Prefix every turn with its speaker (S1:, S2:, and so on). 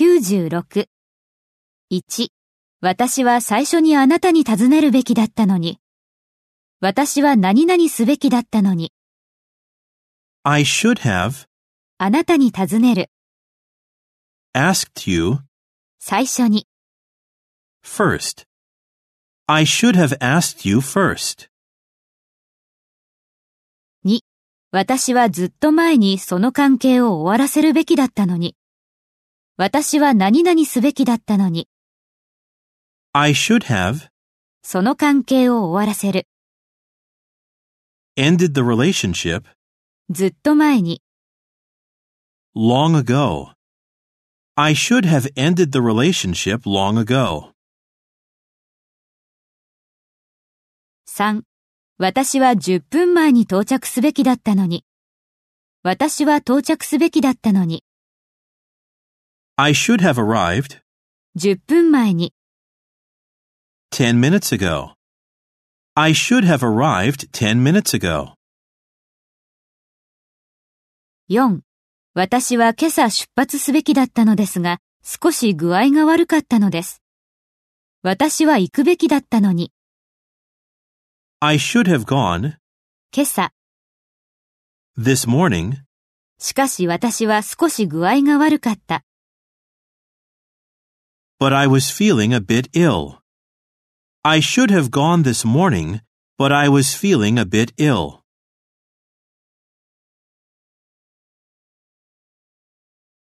S1: 96。1. 私は最初にあなたに尋ねるべきだったのに。私は何々すべきだったのに。
S2: I should have
S1: あなたに尋ねる。
S2: asked you
S1: 最初に。
S2: first. I should have asked you first.
S1: 私はずっと前にその関係を終わらせるべきだったのに。私は何々すべきだったのに。
S2: I should have
S1: その関係を終わらせる。
S2: ended the relationship
S1: ずっと前に。
S2: long ago. I should have ended the relationship long ago.
S1: 3. 私は10分前に到着すべきだったのに。私は到着すべきだったのに。
S2: I should have arrived
S1: 10分前に。
S2: 10 minutes ago. I should have arrived 10 minutes ago.
S1: 4. 私は今朝出発すべきだったのですが、少し具合が悪かったのです。私は行くべきだったのに、
S2: I should have gone
S1: 今朝。
S2: this morning
S1: しかし私は少し具合が悪かった。
S2: but I was feeling a bit ill. I should have gone this morning, but I was feeling a bit ill.